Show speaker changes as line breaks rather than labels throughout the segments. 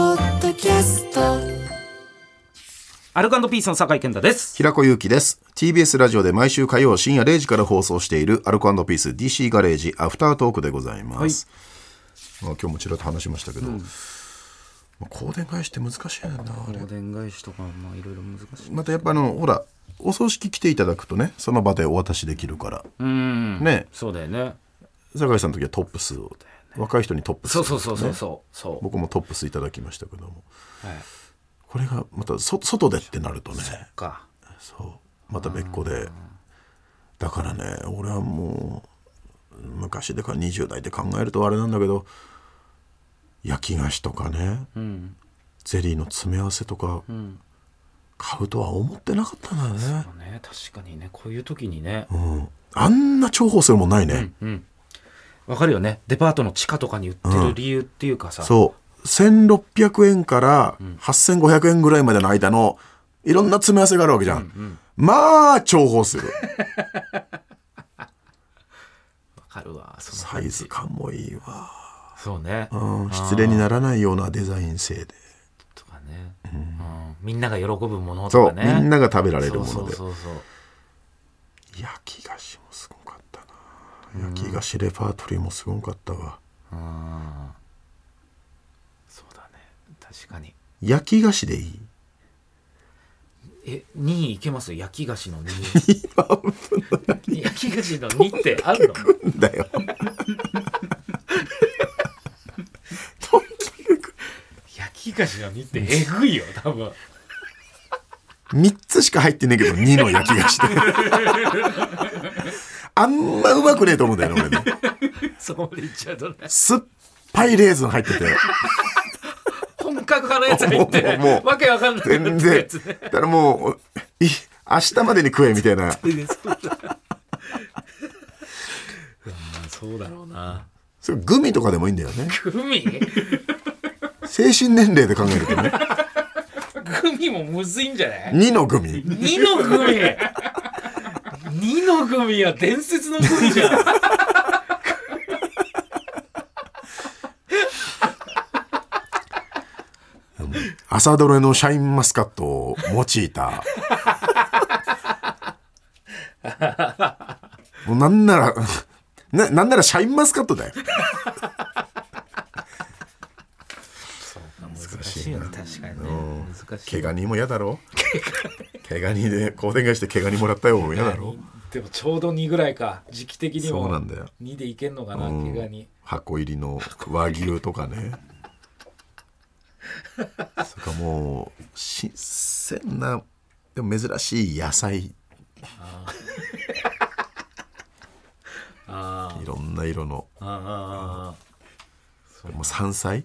キャスト
アルカンドピースの酒井健太です。
平子祐希です TBS ラジオで毎週火曜深夜0時から放送しているアルコピース DC ガレージアフタートークでございます、まあ、今日もちらっと話しましたけど、まあ、香典返しって難しいよなあれ
お伝返しとか、まあ、いろいろ難しい。
またやっぱあのほらお葬式来ていただくとねその場でお渡しできるから、
うん。
ね
そうだよね。
酒井さんの時はトップスを、若い人にトップス
そうそうそうそうそう。そう
僕もトップスいただきましたけども
はい。
これがまたそ外でってなるとね
か。
そうまた別個でだからね俺はもう昔でか20代で考えるとあれなんだけど焼き菓子とかね、
ん
ゼリーの詰め合わせとか
ん
買うとは思ってなかったんだよね、
まあね、確かにね、こういう時にね。
うん、あんな重宝するもんないね、
うん。わかるよね。デパートの地下とかに売ってる理由っていうかさ。
そう1600円から8500円ぐらいまでの間のいろんな詰め合わせがあるわけじゃん、まあ重宝する
わかるわ。その
サイズ感もいいわ
そうね。
うん失礼にならないようなデザイン性で
とかね。うん。みんなが喜ぶものと
そう、
かね。
みんな
が
が食べられるもので
そうそうそう
焼き菓子もすごかったな焼き菓子レパートリーもすごかったわ
そう。うん。そうだね。確かに。
焼き菓子でい い
え、2位いけます焼き菓子の2位。焼き菓子の2ってあるの
だよ
焼き菓子の2ってえぐいよ、多分。
3つしか入ってねえけど2の焼き菓子 であんまうまくねえと思うんだよね俺ね
そこまでいっちゃうとね。
酸っぱいレーズン入ってて
本格派のやつ入って
もうもうもう
わけわかんない
全然
やつね。
だからもうい明日までに食えみたいな
そうだろうな。
それグミとかでもいいんだよね
グミ
精神年齢で考えるとね
グミもむずいんじゃない
2のグミ
?2 のグ ミ !2 のグミは伝説のグミじゃん。
朝どれのシャインマスカットを用いた もうなんなら ななんならシャインマスカットだよ
難しいよね、確かにね。難しい。
毛ガニも嫌だろ毛ガニで香典返して毛ガニもらったよも嫌だ ろ
でもちょうど2ぐらいか、時期的にも。
そうなんだよ
2でいけんのかな、
うん
怪我に。
箱入りの和牛とか ねそれかもう新鮮なでも珍しい野菜い
あ
ろんな色の
あ、ああ、
もう 山菜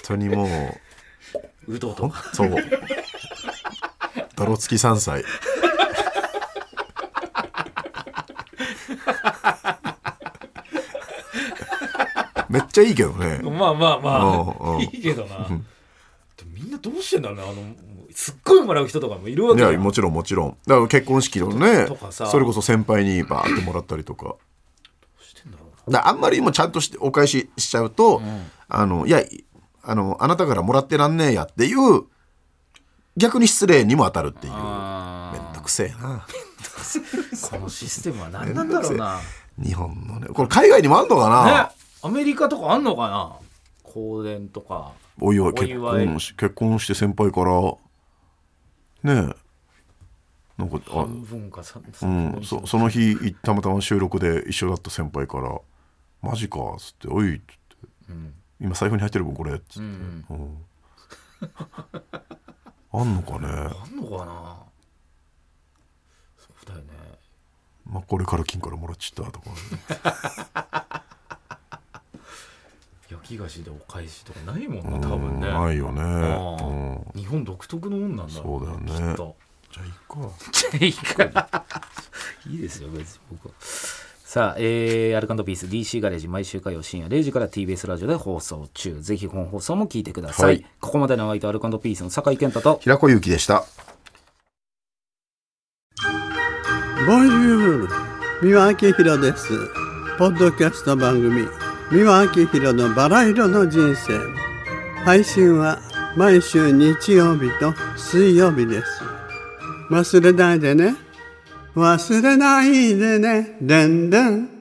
本当にもう
うど
ほ
と
ん そう。泥付き山菜。めっちゃいいけどね。
まあまあ
うん
まあ、
うん
いいけどな。でもみんなどうしてんだろうね、あの、もうすっごいもらう人とかもいるわ
い
けだ
やもちろんもちろんだから結婚式のね
とかさ
それこそ先輩にバーってもらったりとか
してんだろう
だからあんまりもちゃんとしてお返ししちゃうと、あのいやあのあなたからもらってらんねえやっていう逆に失礼にも当たるっていう
あ
め
ー
んどくせえな
このシステムは何なんだろうな。ね
日本のねこれ海外にもあんのかな、
アメリカとかあんのかな香典とか。
お祝い
お
結
祝い
婚し結婚して先輩からねえなんかあ、
文化さ、
うん、そその日いたまたま収録で一緒だった先輩から「マジか」っつって「おい」っつって
うん
「今財布に入ってる分これ」っつって、
うん
うん、あんのか
あ
ね、
んのかなそうだよね。
まあ、これから金からもらっちゃったとか、
焼き菓子でお返しとかないもんな、
う
多分
ん、
ね。
ないよね、
あ
うん、
日本独特のもんなんだろ
そうだよね
きっと
じゃあ行くか
いいからいいですよ、別に僕は。さあ、えー、アルカンドピース DC ガレージ毎週火曜深夜0時から TBS ラジオで放送中。ぜひ本放送も聞いてください。
はい
ここまでのお相手はアルカンドピースの酒井健太と、
平子祐希でした。
Bonjour! 三輪明宏です。ポッドキャスト番組、三輪明宏のバラ色の人生。配信は毎週日曜日と水曜日です忘れないでね忘れないでねでんでん